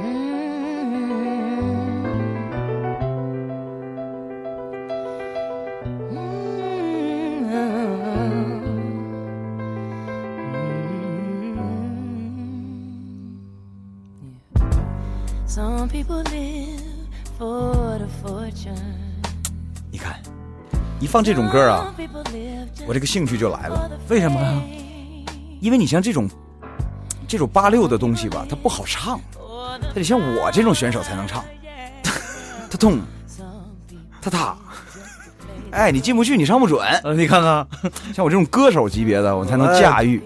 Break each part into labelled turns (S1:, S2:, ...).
S1: Mm-hmm. Some people live for the fortune.
S2: 你看，一放这种歌啊
S1: Some，people live just
S2: 我这个兴趣就来了。
S1: 为
S2: 为什么呀？因为你像这种这种八六的东西吧，它不好唱，它得像我这种选手才能唱。它痛，它塌， 哎，你进不去，你唱不准。
S3: 呃，你看看，
S2: 像我这种歌手级别的，我才能驾驭，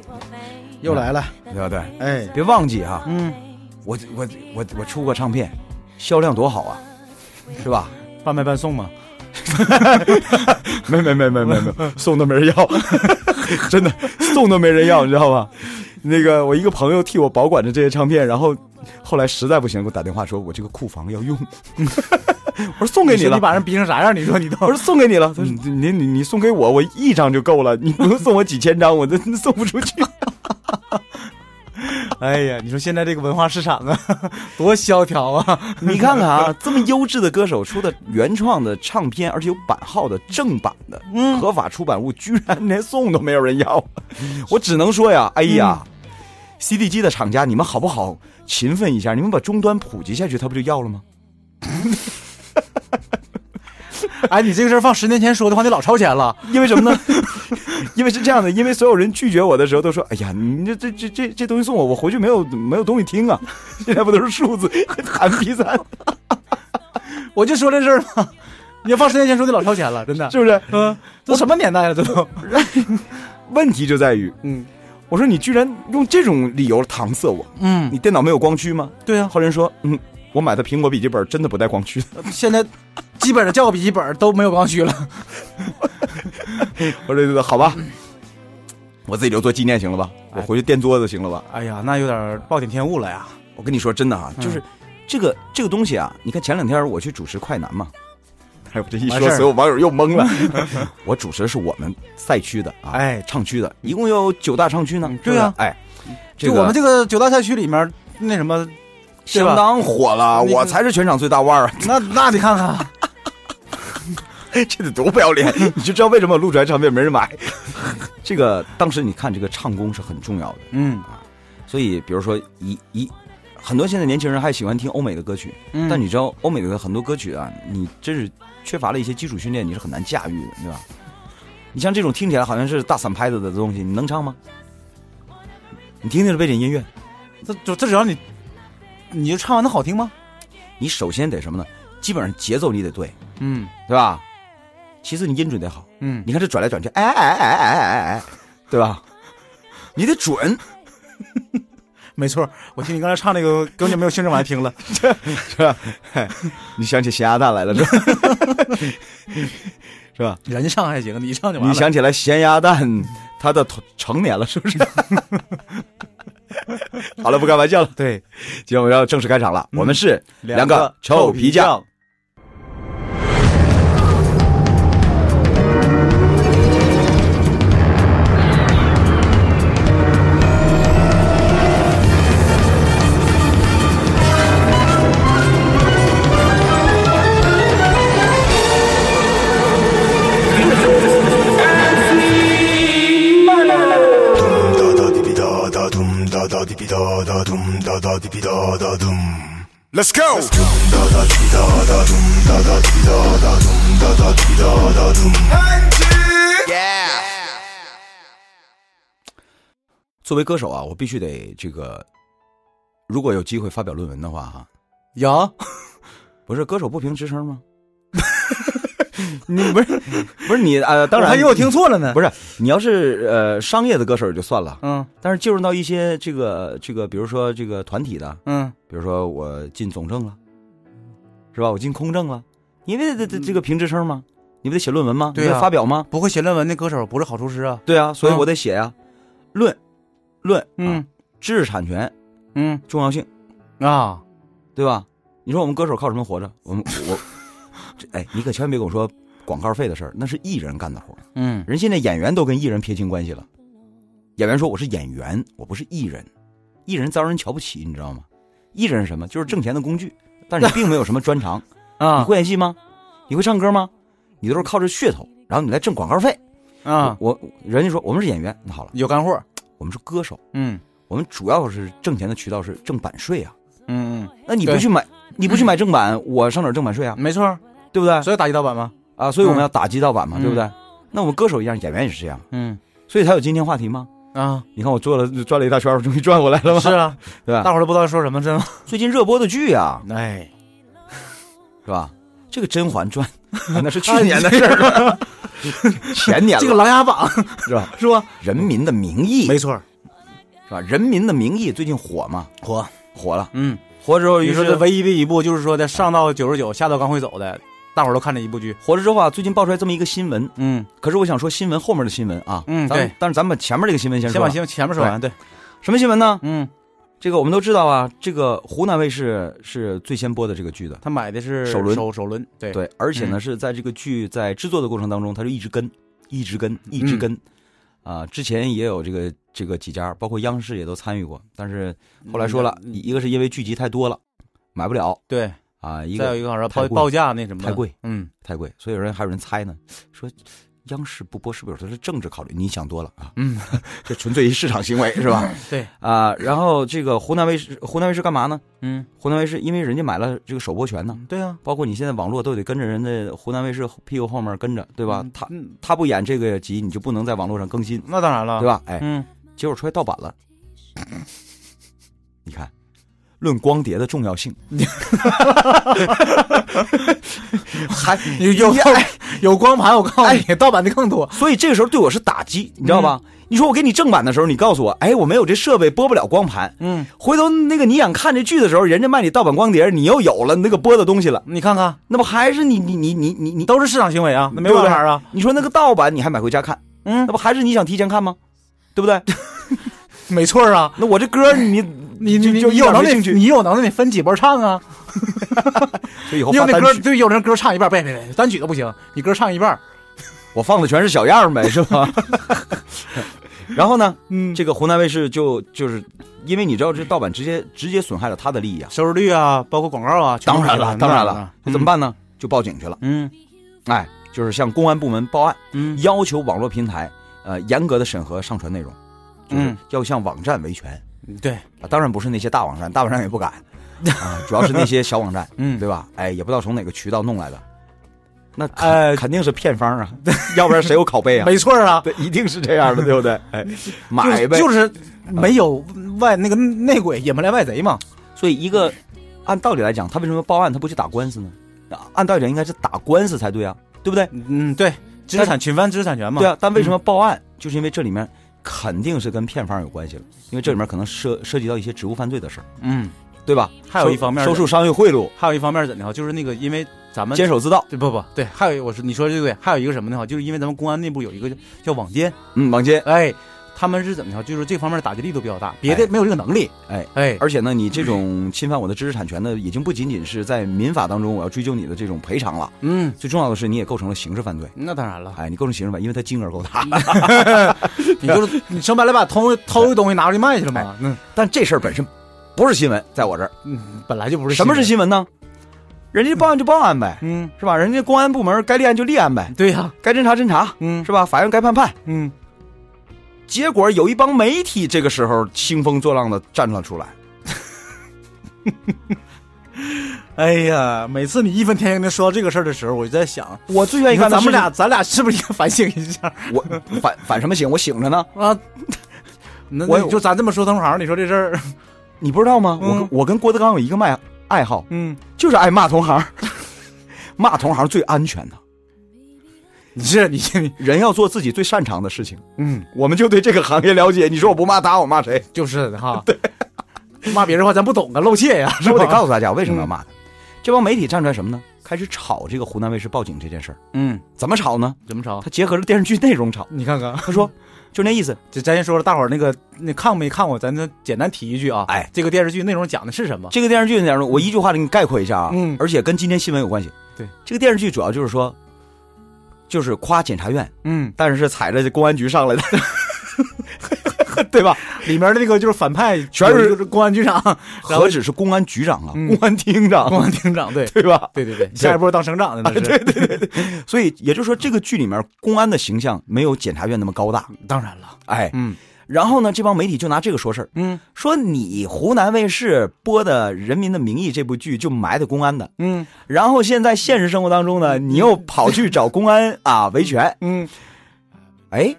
S3: 又来了，
S2: 对不对？
S3: 哎，
S2: 别忘记哈、
S3: 嗯，
S2: 我我我我出过唱片，销量多好啊，是吧？
S3: 半卖半送嘛，
S2: 没没没没没没，送都没人要， 真的送都没人要，你知道吧？那个我一个朋友替我保管着这些唱片，然后后来实在不行给我打电话说，我这个库房要用， 我说送给你
S3: 说
S2: 了
S3: 你。把人逼成啥样？你 说你都
S2: 我说送给你了，他说你你你送给我，我一张就够了，你不用送我几千张，我这送不出去。
S3: 哎呀，你说现在这个文化市场啊， 多萧条啊！
S2: 你看看啊，这么优质的歌手出的原创的唱片，而且有版号的正版的
S3: 嗯
S2: 合法出版物，居然连送都没有人要，
S3: 嗯
S2: 我只能说呀，哎呀、c d 机的厂家，你们好不好勤奋一下？你们把终端普及下去，他不就要了吗？
S3: 哎，你这个事儿放十年前说的话，你老超前了。
S2: 因为什么呢？ 因为是这样的，因为所有人拒绝我的时候都说：“哎呀，你这这这这这东西送我，我回去没有没有东西听啊。” 现在不都是数字含 P 三，
S3: 我就说这事儿嘛，你要放十年前说的老超前 了，真的。
S2: 是不是？
S3: 嗯，都什么年代了，这都。
S2: 问题就在于，
S3: 嗯
S2: 我说你居然用这种理由搪塞我。
S3: 嗯，
S2: 你电脑没有光驱吗？
S3: 对啊，
S2: 后人说，嗯，我买的苹果笔记本真的不带光驱的。
S3: 现在基本上教笔记本都没有光驱了。
S2: 我说对对对，好 吧，我自己留作纪念行了吧？我回去垫桌子行了吧？
S3: 哎呀，那有点暴殄天物了呀。
S2: 我跟你说真的啊，
S3: 嗯
S2: 就是这个这个东西啊，你看前两天我去主持快男嘛，哎，我这一
S3: 完
S2: 说，
S3: 事儿
S2: 所有网友又懵了。 我主持的是我们赛区的啊，
S3: 哎
S2: 唱区的，一共有九大唱区呢
S3: 嗯。
S2: 是不是
S3: 对啊
S2: 哎，这
S3: 就
S2: 个
S3: 我们这个九大赛区里面，那什么，对吧
S2: 相当火了，
S3: 那个
S2: 我才是全场最大腕儿啊！
S3: 那那你看看，
S2: 这得多不要脸！你就知道为什么我录出来唱片没人买。 这个当时你看，这个唱功是很重要的。
S3: 嗯
S2: 所以，比如说一一很多现在年轻人还喜欢听欧美的歌曲，
S3: 嗯
S2: 但你知道欧美的很多歌曲啊，你真是缺乏了一些基础训练，你是很难驾驭的，对吧？你像这种听起来好像是大散拍子的东西，你能唱吗？你听听这背景音乐，
S3: 这这这只要你，你就唱完它好听吗？
S2: 你首先得什么呢？基本上节奏你得对，
S3: 嗯
S2: 对吧？其次你音准得好，
S3: 嗯，
S2: 你看这转来转去，哎哎哎哎哎哎哎，对吧？你得准，
S3: 没错。我听你刚才唱那个，根本就没有兴致往下听了。
S2: 是吧？嘿你想起咸鸭蛋来了，是吧？ 是吧？
S3: 人家唱还行，你一唱就完
S2: 你
S3: 了。
S2: 想起来咸鸭蛋，它的头成年了，是不是？ 好了，不开玩笑了。
S3: 对，
S2: 今天我们要正式开场了，我们是嗯
S3: 两
S2: 个
S3: 个
S2: 臭
S3: 臭
S2: 皮
S3: 皮
S2: 匠
S3: 匠。
S4: dum da da di bi da da dum da da di bi da da dum da da di bi da da dum Let's go. Da da di bi da da dum da da di bi da da dum da da di bi da da dum.
S2: 作为歌手啊，我必须得这个，如果有机会发表论文的话，哈，
S3: 有
S2: 不是歌手不评职称吗？ 你不是不是你呃，当然
S3: 我还以为我听错了呢。
S2: 不是你要是呃商业的歌手也就算了，
S3: 嗯
S2: 但是进入到一些这个这个，比如说这个团体的，
S3: 嗯，
S2: 比如说我进总政了，是吧？我进空政了，你不得这这这个评职称吗？你不得写论文吗？
S3: 对啊
S2: 你不得发表吗？
S3: 不会写论文的歌手不是好厨师啊。
S2: 对啊，所以
S3: 嗯
S2: 我得写呀、论论啊
S3: 嗯
S2: 知识产权
S3: 嗯
S2: 重要性，
S3: 啊，
S2: 对吧？你说我们歌手靠什么活着？我们我 这哎，你可千万别跟我说广告费的事儿，那是艺人干的活儿。
S3: 嗯
S2: 人现在演员都跟艺人撇清关系了，演员说我是演员，我不是艺人，艺人遭人瞧不起，你知道吗？艺人是什么？就是挣钱的工具，但是你并没有什么专长。你
S3: 啊
S2: 会演戏吗？你会唱歌吗？你都是靠着噱头，然后你来挣广告费
S3: 啊，
S2: 我我人家说我们是演员，那好了，
S3: 有干货。
S2: 我们是歌手，
S3: 嗯
S2: 我们主要是挣钱的渠道是挣版税啊，
S3: 嗯，
S2: 那你不
S3: 对
S2: 去买，你不去买正版，我上哪儿正版税啊
S3: 嗯？没错儿，
S2: 对不对？
S3: 所以打击盗版嘛。
S2: 啊，所以我们要打击盗版嘛，
S3: 嗯
S2: 对不对？那我们歌手一样，演员也是这样，
S3: 嗯
S2: 所以才有今天话题吗？
S3: 啊，
S2: 你看我做了转了一大圈，我终于转过来了吧？
S3: 是啊，
S2: 对吧？
S3: 大伙儿都不知道说什么，真的。
S2: 最近热播的剧啊，
S3: 哎，
S2: 是吧？这个《甄嬛传》 啊那是去年的事儿了，前年了
S3: 这个《琅琊榜》
S2: 是吧？
S3: 是吧？
S2: 《人民的名义》
S3: 没错儿，
S2: 是吧？《人民的名义》最近火嘛？
S3: 火。
S2: 火了，
S3: 嗯，
S2: 火了之后，
S3: 你
S2: 于
S3: 说这
S2: 是
S3: 唯一的一部就是说的上到九十九，下到刚会走的，大伙儿都看这一部剧。
S2: 火了之后啊，最近爆出来这么一个新闻。
S3: 嗯，
S2: 可是我想说新闻后面的新闻啊，
S3: 嗯
S2: 咱们
S3: 对
S2: 但是咱们把前面这个新闻先
S3: 先
S2: 说
S3: 把
S2: 啊。
S3: 前前面说完，对，
S2: 什么新闻呢？
S3: 嗯，
S2: 这个我们都知道啊，这个湖南卫视是最先播的这个剧的，
S3: 他买的是
S2: 首轮
S3: 首首轮，对
S2: 对，而且呢
S3: 嗯
S2: 是在这个剧在制作的过程当中，它就一直跟，一直跟，一
S3: 嗯
S2: 直跟，啊，之前也有这个这个几家，包括央视也都参与过，但是后来说了，
S3: 嗯
S2: 一个是因为剧集太多了，买不了
S3: 对，
S2: 啊，一
S3: 再有
S2: 个
S3: 一个好像
S2: 太
S3: 报
S2: 贵
S3: 报价那什么的
S2: 太，贵
S3: 嗯，
S2: 太贵，所以有人还有人猜呢，说央视不播是不是有它是政治考虑？你想多了啊，
S3: 嗯，
S2: 这纯粹一市场行为是 吧？
S3: 对，
S2: 啊，然后这个湖南卫视，湖南卫视干嘛呢？
S3: 嗯，
S2: 湖南卫视因为人家买了这个首播权呢。
S3: 对啊，
S2: 包括你现在网络都得跟着人家湖南卫视屁股后面跟着，对
S3: 对
S2: 吧？他他不演这个集，你就不能在网络上更新，
S3: 嗯那当然了，
S2: 对？吧？哎，
S3: 嗯，
S2: 结果出来盗版了。你看，论光碟的重要性，还
S3: 有有
S2: 哎你哎
S3: 光有光盘，我告诉你，盗版的更多。
S2: 所以这个时候对我是打击，你知道吧？你说我给你正版的时候，你告诉我，哎，我没有这设备，播不了光盘。
S3: 嗯，
S2: 回头那个你想看这剧的时候，人家卖你盗版光碟，你又有了那个播的东西了，
S3: 你看看，
S2: 那不还是你你你你你你
S3: 都是市场行为啊，那没有
S2: 对不
S3: 办
S2: 对
S3: 法啊。
S2: 你说那个盗版你还买回家看，
S3: 嗯
S2: 那，不还是你想提前看吗？对不对？
S3: 没错儿啊，
S2: 那我这歌你
S3: 你
S2: 就
S3: 你
S2: 就
S3: 你有
S2: 一点
S3: 能
S2: 没
S3: 耐，
S2: 兴趣
S3: 你有能耐你分几波唱啊？
S2: 就以后
S3: 你有
S2: 发
S3: 那
S2: 单
S3: 歌，
S2: 曲，
S3: 对，有人歌唱一半，别别别，单曲都不行，你歌唱一半，
S2: 我放的全是小样 儿呗，是吧？然后呢，
S3: 嗯，
S2: 这个湖南卫视就就是因为你知道这盗版直接直接损害了他的利益啊，
S3: 收视率啊，包括广告啊，全部
S2: 当然了，
S3: 是
S2: 当然
S3: 那
S2: 了，
S3: 样的
S2: 那怎么？办呢？就报警去了，
S3: 嗯
S2: 哎，就是向公安部门报案，
S3: 嗯
S2: 要求网络平台呃严格的审核上传内容，就是
S3: 嗯
S2: 要向网站维权
S3: 嗯，对，
S2: 啊，当然不是那些大网站，大网站也不敢啊，主要是那些小网站，
S3: 嗯
S2: 对吧？哎，也不知道从哪个渠道弄来的，那肯
S3: 呃
S2: 肯定是骗方啊，要不然谁有拷贝啊？
S3: 没错儿啊，
S2: 对，一定是这样的，对不对？哎，买呗。嗯
S3: 就就是没有外那个内鬼引不来外贼嘛。
S2: 所以一个，按道理来讲，他为什么报案他不去打官司呢？啊按道理讲应该是打官司才对啊，对不对？
S3: 嗯，对，知识产侵犯知识产权嘛。
S2: 对啊，但为什么
S3: 嗯
S2: 报案？就是因为这里面肯定是跟骗方有关系了，因为这里面可能涉涉及到一些职务犯罪的事儿，
S3: 嗯，
S2: 对吧？
S3: 还有一
S2: 收
S3: 方面
S2: 收
S3: 是
S2: 受商业贿赂、
S3: 还有一方面是怎的哈，就是那个因为咱们
S2: 监守自盗，
S3: 对不不对，还有一我说你说的对，还有一个什么呢哈，就是因为咱们公安内部有一个叫网监，
S2: 嗯，网监。
S3: 哎，他们是怎么着，就是这方面打击力度比较大，别的没有这个能力，
S2: 哎
S3: 哎，
S2: 而且呢，你这种侵犯我的知识产权呢，已经不仅仅是在民法当中我要追究你的这种赔偿了，
S3: 嗯，
S2: 最重要的是你也构成了刑事犯罪。
S3: 那当然了，
S2: 哎，你构成刑事犯，因为它金额够大。
S3: 你就是你说白了把偷偷的东西拿出去卖去了
S2: 哎
S3: 嘛，嗯
S2: 但这事儿本身不是新闻，在我这儿
S3: 嗯，本来就不是
S2: 什么是
S3: 新
S2: 新闻呢？人家报案就报案呗，
S3: 闻，嗯
S2: 是吧？人家公安部门该立案就立案呗
S3: 嗯，，对呀、
S2: 该侦查侦查，
S3: 嗯
S2: 是吧？法院该判判。
S3: 嗯，
S2: 结果有一帮媒体这个时候兴风作浪的站了出来，
S3: 哎呀，每次你义愤填膺的说到这个事儿的时候，我就在想，
S2: 我最愿意
S3: 你说
S2: 干的
S3: 咱们
S2: 事
S3: 俩咱俩是不是应该反省一下？
S2: 情，我反反什么醒？我醒着呢，
S3: 啊，那
S2: 我
S3: 我就咱这么说，同行，你说这事儿，
S2: 你不知道吗？我
S3: 嗯
S2: 跟我跟郭德纲有一个爱爱好，
S3: 嗯，
S2: 就是爱骂同行，骂同行最安全的。
S3: 你是你你，
S2: 人要做自己最擅长的事情，
S3: 嗯，
S2: 我们就对这个行业了解。你说我不骂他，我骂谁？
S3: 就是的哈，对，骂别人的话咱不懂啊，露怯呀，是嗯
S2: 我
S3: 吧？
S2: 得告诉大家为什么要骂他。这帮媒体站出来什么呢？开始炒这个湖南卫视报警这件事儿。
S3: 嗯，啊
S2: 怎么炒呢？
S3: 怎么着？
S2: 他结合着电视剧内容 炒。
S3: 你看看，
S2: 他说，就那意思，
S3: 这咱先说了，大伙儿那个那看没看过？咱就简单提一句啊，
S2: 哎，
S3: 这个电视剧内容讲的是什么？
S2: 这个电视剧内容，我一句话给你概括一下啊。
S3: 嗯
S2: 而且跟今天新闻有关系。
S3: 对，
S2: 这个电视剧主要就是说，就是夸检察院，
S3: 嗯，
S2: 但是是踩着公安局上来的，对吧？
S3: 里面的那个就是反派，
S2: 全是
S3: 就是啊公安局长、然后
S2: 何止是公安局长啊，
S3: 嗯
S2: 公安厅
S3: 公
S2: 长，
S3: 安厅长，对，
S2: 对吧？
S3: 对对对，下一波当省长的那是，
S2: 所以也就是说，这个剧里面公安的形象没有检察院那么高大。
S3: 当然了，
S2: 哎，
S3: 嗯，
S2: 然后呢，这帮媒体就拿这个说事儿，
S3: 嗯
S2: 说你湖南卫视播的《人民的名义》这部剧就埋汰公安的，
S3: 嗯
S2: 然后现在现实生活当中呢，你又跑去找公安啊维权，
S3: 嗯
S2: 哎，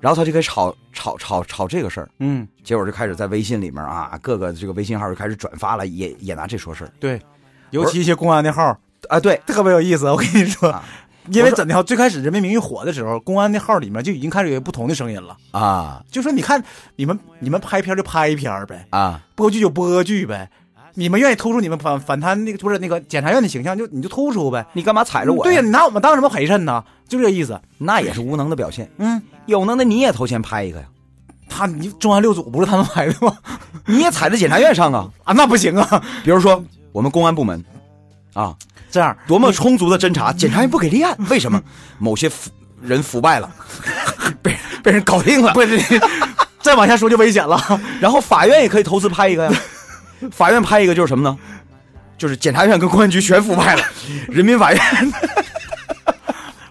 S2: 然后他就开始吵吵吵吵这个事儿，
S3: 嗯，
S2: 结果就开始在微信里面啊，各个这个微信号就开始转发了，也也拿这说事儿
S3: 对，尤其一些公安的号
S2: 啊，对，
S3: 特别有意思，我跟你说。
S2: 啊
S3: 因
S2: 我
S3: 为
S2: 说
S3: 怎的？最开始《人民名义》火的时候，公安那号里面就已经开始有不同的声音了，
S2: 啊
S3: 就说你看你们你们拍片就拍片儿呗，
S2: 啊，
S3: 播剧就播剧呗，你们愿意突出你们反反贪那个不是那个检察院的形象，就你就突出呗。
S2: 你干嘛踩着我？
S3: 对呀、，你拿我们当什么陪衬呢？就这意思。
S2: 那也是无能的表现。
S3: 嗯，
S2: 有能耐你也投钱拍一个呀，
S3: 他你中央六组不是他们拍的吗？
S2: 你也踩着检察院上啊。
S3: 啊，那不行啊！
S2: 比如说我们公安部门，啊，
S3: 这样，
S2: 多么充足的侦查，检察院不给立案，为什么？某些腐人腐败 了，被被人搞定了，
S3: 不是， 再往下说就危险了。
S2: 然后法院也可以投资拍一个呀。 法院拍一个就是什么呢？就是检察院跟公安局全腐 败了，人民法院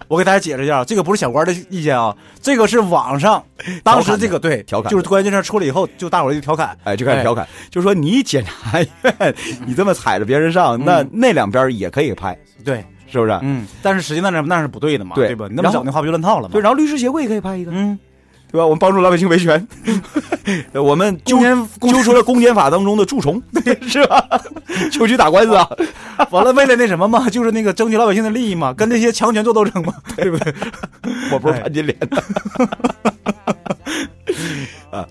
S3: 我给大家解释一下，这个不是小官的意见啊，这个是网上当时这个对
S2: 调侃的
S3: 就是突然这事儿出了以后，就大伙儿就调侃，
S2: 哎，就开始调侃，就说你检察院你这么踩着别人上，那那两边也可以拍，
S3: 哎对，
S2: 是不是？
S3: 嗯，但是实际那是那是不对的嘛，
S2: 对
S3: 对吧？你那么整的话不就乱套了吗？
S2: 对，然后律师协会也可以拍一个，
S3: 嗯，
S2: 对吧？我们帮助老百姓维 权，呃我们纠
S3: 公检公
S2: 揪出了公检法当中的蛀 虫，是吧？就去打官司啊！
S3: 哎完了，为了那什么嘛， 就是那个争取老百姓的利益嘛，跟这些强权做斗 争嘛，对不对？
S2: 我不是潘金莲的啊！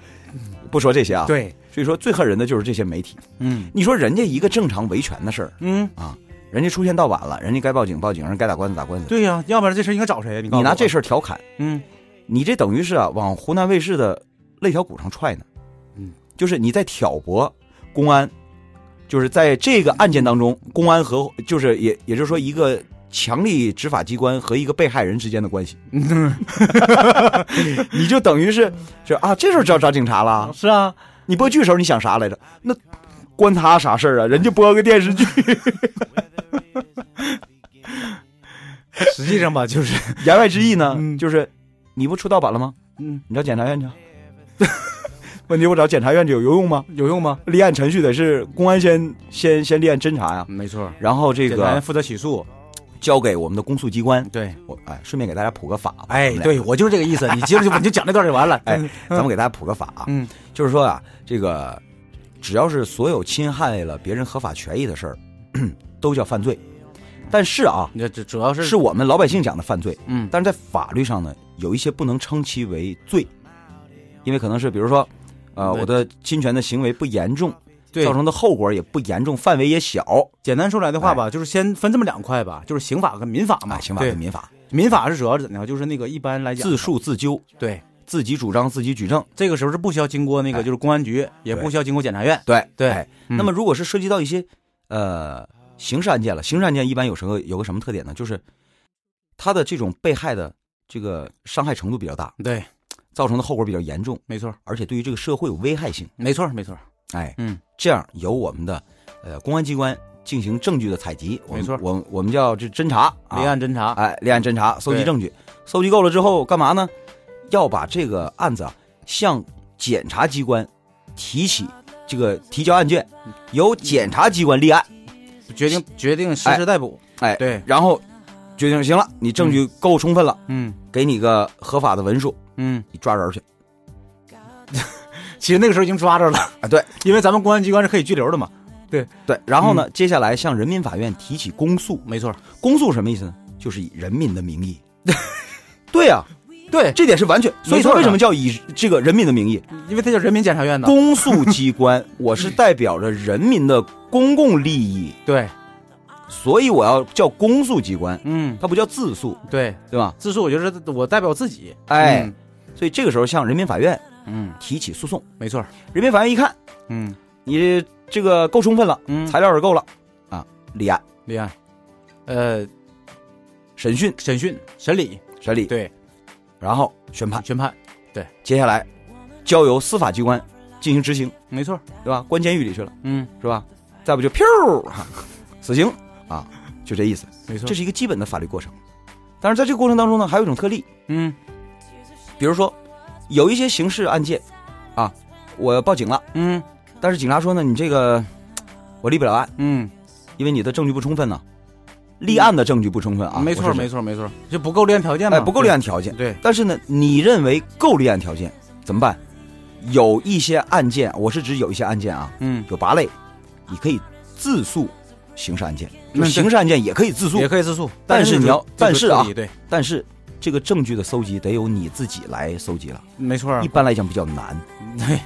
S2: 不说这些啊，，
S3: 对，
S2: 所以说最恨人的就是这些媒体。
S3: 嗯
S2: 你说人家一个正常维权的事儿
S3: 嗯，
S2: 啊，人家出现到晚了，人家该报警报警，人该打官司打官司，
S3: 对呀、要不然这事儿应该找谁呀？你告诉
S2: 你拿
S3: 我
S2: 这，事儿调侃。
S3: 嗯
S2: 你这等于是啊，往湖南卫视的肋条骨上踹呢。
S3: 嗯，
S2: 就是你在挑拨公安，就是在这个案件当中，公安和就是也也就是说一个强力执法机关和一个被害人之间的关系，
S3: 嗯，
S2: 你就等于是就啊，这时候找找警察了。
S3: 是啊，
S2: 你播剧时候你想啥来着？那关他啥事儿啊？人家播个电视剧，
S3: 实际上吧，就是
S2: 言外之意呢，
S3: 嗯
S2: 就是你不出盗版了吗？
S3: 嗯，
S2: 你找检察院去啊。 问题我找检察院去有用吗？
S3: 有用吗？
S2: 立案程序得是公安先先先立案侦查呀、
S3: 没错，
S2: 然后这
S3: 这个
S2: 个
S3: 负责起诉，
S2: 交给我们的公诉机关。
S3: 对，
S2: 我哎，顺便给大家普个法吧。
S3: 哎
S2: 我，们俩
S3: 对，我就是这个意思，你 接着就你就讲这段就完了，
S2: 哎
S3: 嗯，
S2: 咱们给大家普个法啊，
S3: 嗯
S2: 就是说啊，这个只要是所有侵害了别人合法权益的事儿， 都叫犯罪。但是啊，
S3: 你这主主要是
S2: 是我们老百姓讲的犯罪，
S3: 嗯
S2: 但是在法律上呢，有一些不能称其为罪，因为可能是比如说，呃，
S3: 对
S2: 我的侵权的行为不严重，
S3: 对
S2: 造，成的后果也不严重，范围也小。
S3: 简单说来的话吧，就是先分这么两块吧，就是哎刑法跟民法嘛，
S2: 啊，刑法和
S3: 对
S2: 民法，
S3: 民法是主要是怎的？就是那个一般来讲，
S2: 自诉自纠，
S3: 对，
S2: 自己主张，自己举证。
S3: 这个时候是不需要经过那个
S2: 哎
S3: 就是公安局，也
S2: 对
S3: 不需要经过检察院，
S2: 对
S3: 对
S2: 哎
S3: 嗯
S2: 那么如果是涉及到一些呃刑事案件了，刑事案件一般有什么有个什么特点呢？就是它的这种被害的这个伤害程度比较大，
S3: 对，
S2: 造成的后果比较严重，
S3: 没错，
S2: 而且对于这个社会有危害性。
S3: 没错，没错，
S2: 哎，
S3: 嗯，
S2: 这样由我们的呃公安机关进行证据的采集，我们
S3: 没错
S2: 我们我们叫这侦查
S3: 立，案侦查
S2: 啊，哎，立案侦查，搜集
S3: 对
S2: 证据，搜集够了之后干嘛呢？要把这个案子啊向检察机关提起这个提交案卷，由检察机关立案。
S3: 决定决定实施逮捕，
S2: 哎，
S3: 对，
S2: 然后决定行了，你证据够充分了，
S3: 嗯
S2: 给你个合法的文书，
S3: 嗯，
S2: 你抓人去。
S3: 其实那个时候已经抓着了，
S2: 啊，对
S3: 因为咱们公安机关是可以拘留的嘛，
S2: 对，然后呢，接下来向人民法院提起公诉。
S3: 没错，
S2: 公诉什么意思呢？就是以人民的名 义。对呀、
S3: 对，
S2: 这点是完全，所以他
S3: 没错啊
S2: 为什么
S3: 的
S2: 叫以这个人民的名义？
S3: 因为它叫人民检察院呢，
S2: 公诉机 关，我是代表着人民的公共利益，
S3: 对，
S2: 所以我要叫公诉机关，
S3: 嗯，
S2: 它不叫自诉，
S3: 对，
S2: 对吧？
S3: 自诉我就是我代表自己，
S2: 哎，所以这个时候向人民法院
S3: 嗯，嗯，
S2: 提起诉讼，
S3: 没错，
S2: 人民法院一看
S3: 嗯
S2: 你这个够充分了，
S3: 嗯，
S2: 材料也够了，啊，立案、
S3: 立案，呃，
S2: 审讯、
S3: 审讯、审理，
S2: 审理，
S3: 对，
S2: 然后宣判，
S3: 宣判，
S2: 接下来交由司法机关进行执行，
S3: 没错，
S2: 对吧？关监狱里去了，
S3: 嗯，
S2: 是吧？再不就噗，啊 死刑啊，就这意思。
S3: 没错，
S2: 这是一个基本的法律过程。但是在这个过程当中呢，还有一种特例，
S3: 嗯
S2: 比如说有一些刑事案件，啊，我报警了，
S3: 嗯
S2: 但是警察说呢，你这个我立不了案，
S3: 嗯，
S2: 因为你的证据不充分呢、立案的证据不充分啊，
S3: 没错嗯没
S2: 错，
S3: 错没错，就不够立案条件嘛，
S2: 哎，不够立案条件
S3: 对，。对，
S2: 但是呢，你认为够立案条件怎么办？有一些案件，我是指有一些案件啊，
S3: 嗯，
S2: 有八类，你可以自诉刑事案件，就
S3: 那这
S2: 刑事案件也可以自诉
S3: 也，可以自诉，
S2: 但是你要
S3: 这个
S2: 但是啊
S3: 处理对，
S2: 但是这个证据的搜集得由你自己来搜集了，
S3: 没错，
S2: 一般来讲比较难
S3: 对，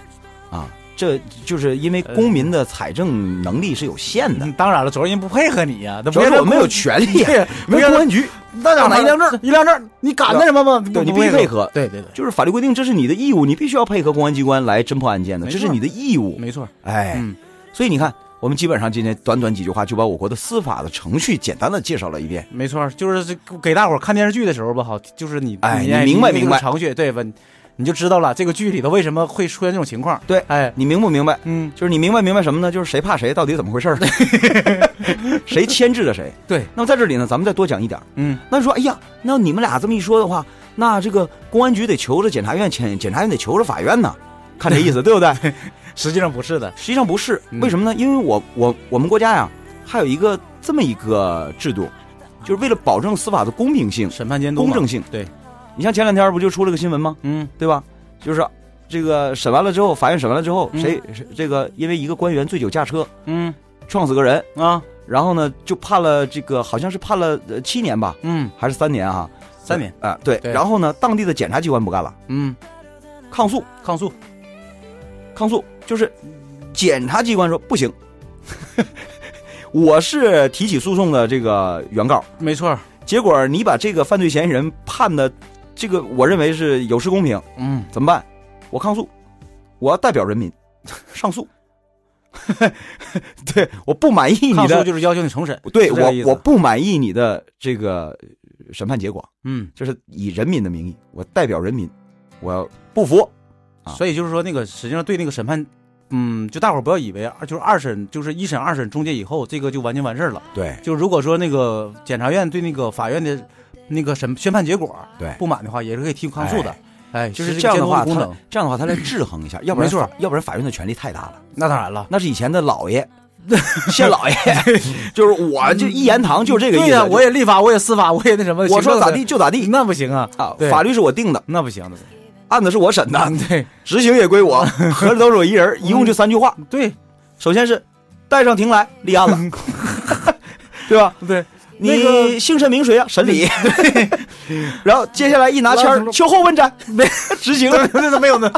S2: 啊。这就是因为公民的财政能力是有限的，
S3: 嗯当然了，主要人不配合你呀，那
S2: 主要是我们有权利，
S3: 对，
S2: 没有公安局，啊
S3: 那哪来一辆证？一辆证，你敢那什么吗？
S2: 对你
S3: 不
S2: 必须配合
S3: 对对对，
S2: 就是法律规定这是你的义务，你必须要配合公安机关来侦破案件的，
S3: 没
S2: 这
S3: 错
S2: 是你的义务。
S3: 没错，
S2: 哎，
S3: 嗯
S2: 所以你看，我们基本上今天短短几句话就把我国的司法的程序简单的介绍了一遍。
S3: 没错，就是这给大伙儿看电视剧的时候吧，好，就是你，
S2: 哎
S3: 你
S2: 你明白
S3: 你那个
S2: 明白
S3: 程序对吧？你就知道了这个剧里头为什么会出现这种情况。
S2: 对
S3: 哎，
S2: 你明不明白？
S3: 嗯，
S2: 就是你明白明白什么呢？就是谁怕谁，到底怎么回事 儿？谁牵制着谁？
S3: 对，
S2: 那么在这里呢，咱们再多讲一点儿。
S3: 嗯，
S2: 那说，哎呀，那你们俩这么一说的话，那这个公安局得求着检察院，检检察院得求着法院呢，看这意思对 不对？
S3: 实际上不是的，
S2: 实际上不是，
S3: 嗯
S2: 为什么呢？因为我我我们国家呀，还有一个这么一个制度，就是为了保证司法的公平性、
S3: 审判监督嘛
S2: 公正。性。
S3: 对，
S2: 你像前两天不就出了个新闻吗？
S3: 嗯，
S2: 对吧？就是这个审完了之后，法院审完了之后，
S3: 嗯
S2: 谁谁这个因为一个官员醉酒驾车
S3: 嗯
S2: 撞死个人，
S3: 啊，
S2: 然后呢就判了这个好像是判了呃七年吧，
S3: 嗯
S2: 还是三年啊？
S3: 三年
S2: 啊、对。
S3: 对
S2: 然后呢，当地的检察机关不干了，
S3: 嗯，
S2: 抗诉，
S3: 抗诉
S2: 抗诉，就是检察机关说不行， 我是提起诉讼的这个原告，
S3: 没错。
S2: 结果你把这个犯罪嫌疑人判的这个，我认为是有失公平，
S3: 嗯，
S2: 怎么办？我抗诉，我要代表人民上诉。 对，我不满意你
S3: 抗诉
S2: 的，
S3: 就是要求你重审。
S2: 对
S3: 是这个意
S2: 我
S3: 思
S2: 我不满意你的这个呃审判结果，
S3: 嗯，
S2: 就是以人民的名义，我代表人民，我要不服。啊
S3: 所以就是说那个实际上对那个审判。嗯，就大伙儿不要以为啊就是二审，就是一审、二审终结以后，这个就完全完事儿了。
S2: 对
S3: 就如果说那个检察院对那个法院的那个审宣判结果
S2: 对
S3: 不满的话，也是可以提出抗诉的。哎，
S2: 就
S3: 实
S2: 是
S3: 行
S2: 这样的话，
S3: 监督
S2: 他
S3: 功能
S2: 这样的话，他来制衡一下，要不然
S3: 没错
S2: 法，要不然法院的权力太大了。
S3: 那当然了，
S2: 那是以前的老爷， 谢老 爷，就是我就一言堂，就这个意思。
S3: 对呀、
S2: 就
S3: 我也立法，我也司法，我也那什么，
S2: 我说
S3: 行政
S2: 咋
S3: 的
S2: 地就咋地
S3: 那不行啊，
S2: 啊，
S3: 对
S2: 法律是我定的，
S3: 那不行的。
S2: 案子是我审的，
S3: 啊对
S2: 执行也归我，合着都是我一人，一共就三句话。
S3: 对
S2: 首先是带上庭来立案了， 对吧？
S3: 对，那个
S2: 你姓甚名谁啊？审理。然后接下来一拿签
S3: 拉
S2: 儿，
S3: 出
S2: 秋后问斩，执行。
S3: 那都没有呢。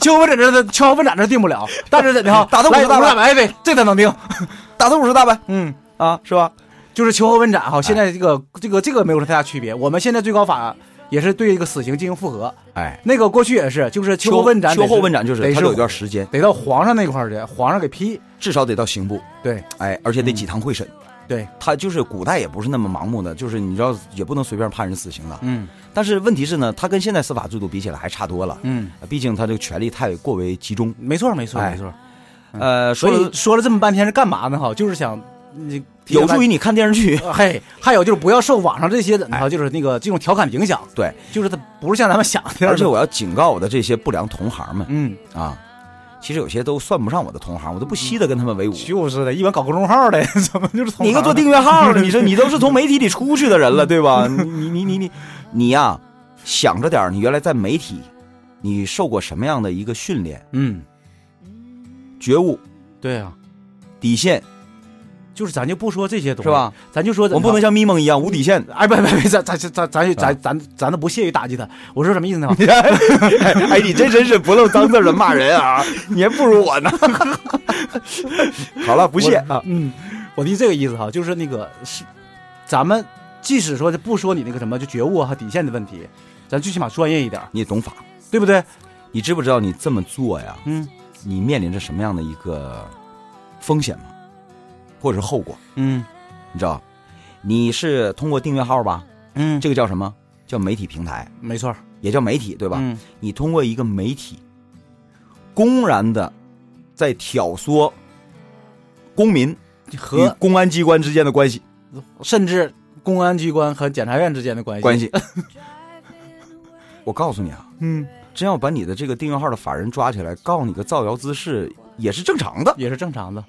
S3: 秋后问斩这秋后问斩这定不了，但是怎的哈，
S2: 打他五十
S3: 来
S2: 大板
S3: 五百呗，这他能定。
S2: 打他五十大板
S3: 嗯，
S2: 啊，是吧？
S3: 就是秋后问斩哈，现在这个
S2: 哎
S3: 这个这个没有太大区别。我们现在最高法也是对这个死刑进行复核，
S2: 哎，
S3: 那个过去也是，就是秋后问斩得
S2: 秋
S3: 是，
S2: 后问斩就是
S3: 得
S2: 他
S3: 是
S2: 有一段时间，
S3: 得到皇上那块儿去，皇上给批。
S2: 至少得到刑部。
S3: 对
S2: 哎，而且得几堂会审。
S3: 对，
S2: 他就是古代也不是那么盲目的，就是你知道也不能随便判人死刑的。
S3: 嗯
S2: 但是问题是呢，他跟现在司法制度比起来还差多了，
S3: 嗯，
S2: 毕竟他这个权力太过为集中。
S3: 没错没错
S2: 哎
S3: 没错。
S2: 呃，
S3: 所
S2: 所
S3: 以
S2: 以
S3: 说了这么半天是干嘛呢？哈，就是想你
S2: 有助于。你看电视 剧。
S3: 呃嘿，还有就是不要受网上这些怎么着，就是那个这种调侃的影响，
S2: 对，
S3: 就是它不是像咱们想的那样的。
S2: 而且我要警告我的这些不良同行们
S3: 嗯，
S2: 啊，其实有些都算不上我的同行，我都不惜的跟他们为伍。啊
S3: 就是的，一般搞公众号的，怎么就是同
S2: 你一个
S3: 行
S2: 做
S3: 的
S2: 订阅号的，你说你都是从媒体里出去的人了，对吧？你你你你你你呀、想着点儿，你原来在媒体，你受过什么样的一个训练？
S3: 嗯，
S2: 觉悟、
S3: 对啊，
S2: 底线
S3: 就是咱就不说这些东西
S2: 是？吧？
S3: 咱就说
S2: 我们不能像咪蒙一样无底线。
S3: 哎，不不不，咱咱咱咱咱咱咱都不屑于打击他。我说什么意思呢？
S2: 哎，你这真是不露脏字的骂人啊！你还不如我呢。好了，不屑啊。
S3: 嗯，我的这个意思哈，就是那个是，咱们即使说是不说你那个什么，就觉悟啊和底线的问题，咱最起码专业一点儿，
S2: 你也懂法，
S3: 对不对？
S2: 你知不知道你这么做呀？
S3: 嗯
S2: 你面临着什么样的一个风险吗？或者是后果？
S3: 嗯
S2: 你知道？你是通过订阅号吧？
S3: 嗯，
S2: 这个叫什么？叫媒体平台，
S3: 没错儿，嗯
S2: 也叫媒体，对
S3: 对
S2: 吧？你通过一个媒体，公然的在挑唆公民与
S3: 和
S2: 公安机关之间的关系
S3: 甚至公哎安机关和检察院之间的关 系
S2: 关系。我告诉你啊，
S3: 嗯，
S2: 真要把你的这个订阅号的法人抓起来，告你个造谣滋事也是正常的
S3: 也是 正常的，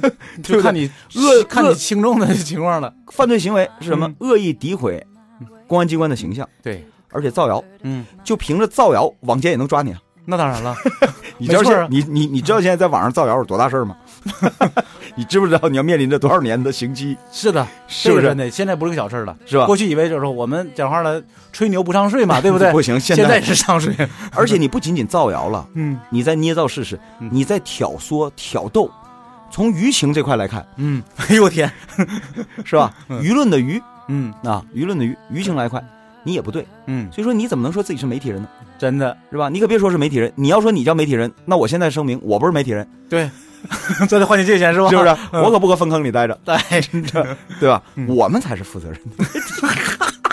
S2: 对
S3: 就
S2: 不对
S3: 看你
S2: 恶
S3: 看
S2: 恶
S3: 你轻重的情况了。
S2: 犯罪行为是什么？恶意诋毁公安机关的形象，
S3: 对，
S2: 而且造谣，
S3: 嗯，
S2: 就凭着造谣，网监也能抓你啊！
S3: 那当 然了，
S2: 你知道现
S3: 没错
S2: 在
S3: 啊
S2: 你你你知道现在在网上造谣有多大事儿吗？ 你知不知道你要面临着多少年的刑期？
S3: 是的，
S2: 是不
S3: 这个
S2: 是
S3: 真？的？现在不是个小事儿了，
S2: 是吧
S3: 过去以为就是说我们讲话了，吹牛不上 税嘛，对不对？
S2: 不行，现
S3: 现在是 上税，
S2: 而且你不仅仅造谣了，
S3: 嗯
S2: 你在捏造事实，
S3: 嗯
S2: 你在挑唆、挑逗。从舆情这块来看，
S3: 嗯，哎呦我天，
S2: 是吧？舆论的舆
S3: 嗯
S2: 啊，舆论的舆，舆情来看，你也不对。
S3: 嗯，
S2: 所以说，你怎么能说自己是媒体人呢？
S3: 真的，
S2: 是吧？你可别说是媒体人，你要说你叫媒体人，那我现在声明，我不是媒体人，
S3: 对，这得换你借钱是吧？哎
S2: 是不 是？我可不搁粪坑里待着，
S3: 对，
S2: 对吧？
S3: 嗯
S2: 我们才是负责人。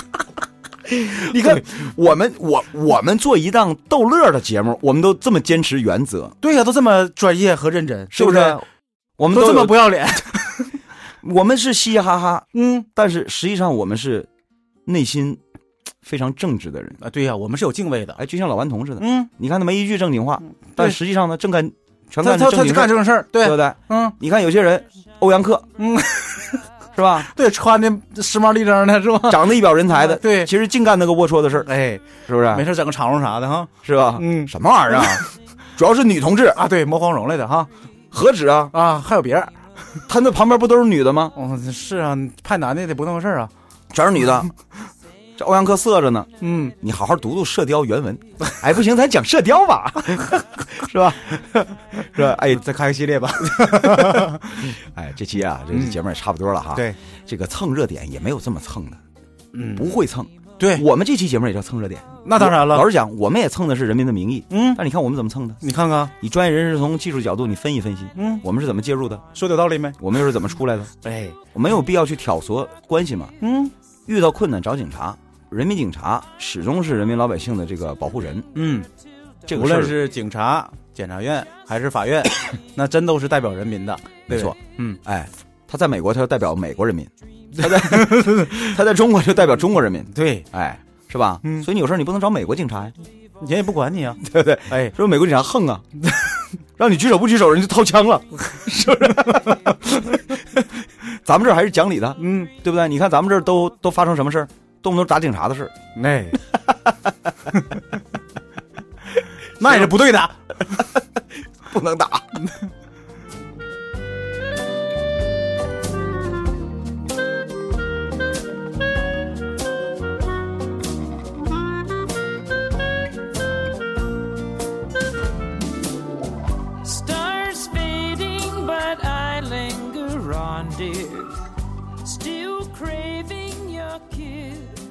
S2: 你看，我们我我们做一档逗乐的节目，我们都这么坚持原则，
S3: 对呀、都这么专业和认真，
S2: 是
S3: 不
S2: 不
S3: 是？
S2: 是？我们
S3: 啊都
S2: 有
S3: 这么不要脸，
S2: 我们是嘻嘻哈哈，
S3: 嗯
S2: 但是实际上我们是内心嘖非常正直的人。
S3: 啊，对呀、我们是有敬畏的，
S2: 哎，就像老顽童似的，
S3: 嗯，
S2: 你看他没一句正经话，但实际上呢，正干全
S3: 他
S2: 干
S3: 他
S2: 着
S3: 他
S2: 正经
S3: 就
S2: 事
S3: 干
S2: 儿，
S3: 这种事儿，
S2: 对
S3: 对，
S2: 不对？
S3: 嗯
S2: 你看有些人，欧阳克，
S3: 嗯，
S2: 是吧？
S3: 对，穿的时髦立正的是吧？
S2: 长得一表人才的，
S3: 对
S2: 其实净干那个龌龊的事儿，
S3: 哎，
S2: 是不是？
S3: 嗯没事整个长绒啥的哈，
S2: 是吧？
S3: 嗯
S2: 什么玩 意儿啊？主要是女同志，
S3: 啊，对，磨光绒来的哈，
S2: 何止啊？
S3: 啊，还有别人，
S2: 他那旁边不都是女的吗？
S3: 哦，是啊，派男的也得不那么事儿啊，
S2: 全是女的。这欧阳克色着呢，
S3: 嗯，
S2: 你好好读读《射雕》原 文。哎，不行，咱讲《射雕》吧，是吧？是吧？哎，
S3: 再开个系列 吧，
S2: 哎，这期啊，这期节目也差不多了哈。，
S3: 嗯对，
S2: 这个蹭热点也没有这么蹭的，
S3: 嗯，
S2: 不会蹭。
S3: 对，
S2: 我们这期节目也叫蹭热点，
S3: 那当然
S2: 老
S3: 了，
S2: 实讲，我们也蹭的是《人民的名义》，
S3: 嗯，
S2: 但你看我们怎么蹭的？
S3: 你看看，
S2: 以专业人士从技术角度，你分析分析，
S3: 嗯，
S2: 我们是怎么介入的？
S3: 说的有道理没？
S2: 我们又是怎么出来的？
S3: 哎，
S2: 我没有必要去挑唆关系嘛。
S3: 嗯
S2: 遇到困难找警察，人民警察始终是人民老百姓的这个保护人。
S3: 嗯，
S2: 这
S3: 无
S2: 个事
S3: 论
S2: 儿
S3: 是警察、检察院还是法院， 那真都是代表人民的，
S2: 没
S3: 对不
S2: 错
S3: 对，，嗯，
S2: 哎，他在美国，他就代表美国人民；他在 他在中国就代表中国人民，
S3: 对，
S2: 哎，是吧？
S3: 嗯
S2: 所以你有事儿你不能找美国警察呀，
S3: 人也不管你啊，
S2: 对不对？
S3: 哎，
S2: 说美国警察横啊， 让你举手不举手，人就掏枪了， 是不是？ 咱们这儿还是讲理的，
S3: 嗯，
S2: 对不对？你看咱们这儿都都发生什么事儿，动不动打警察的事儿，
S3: 那， 那也是不对的。
S2: 不能打。
S5: Stars fading, but I linger on, dear. Still craving your kiss.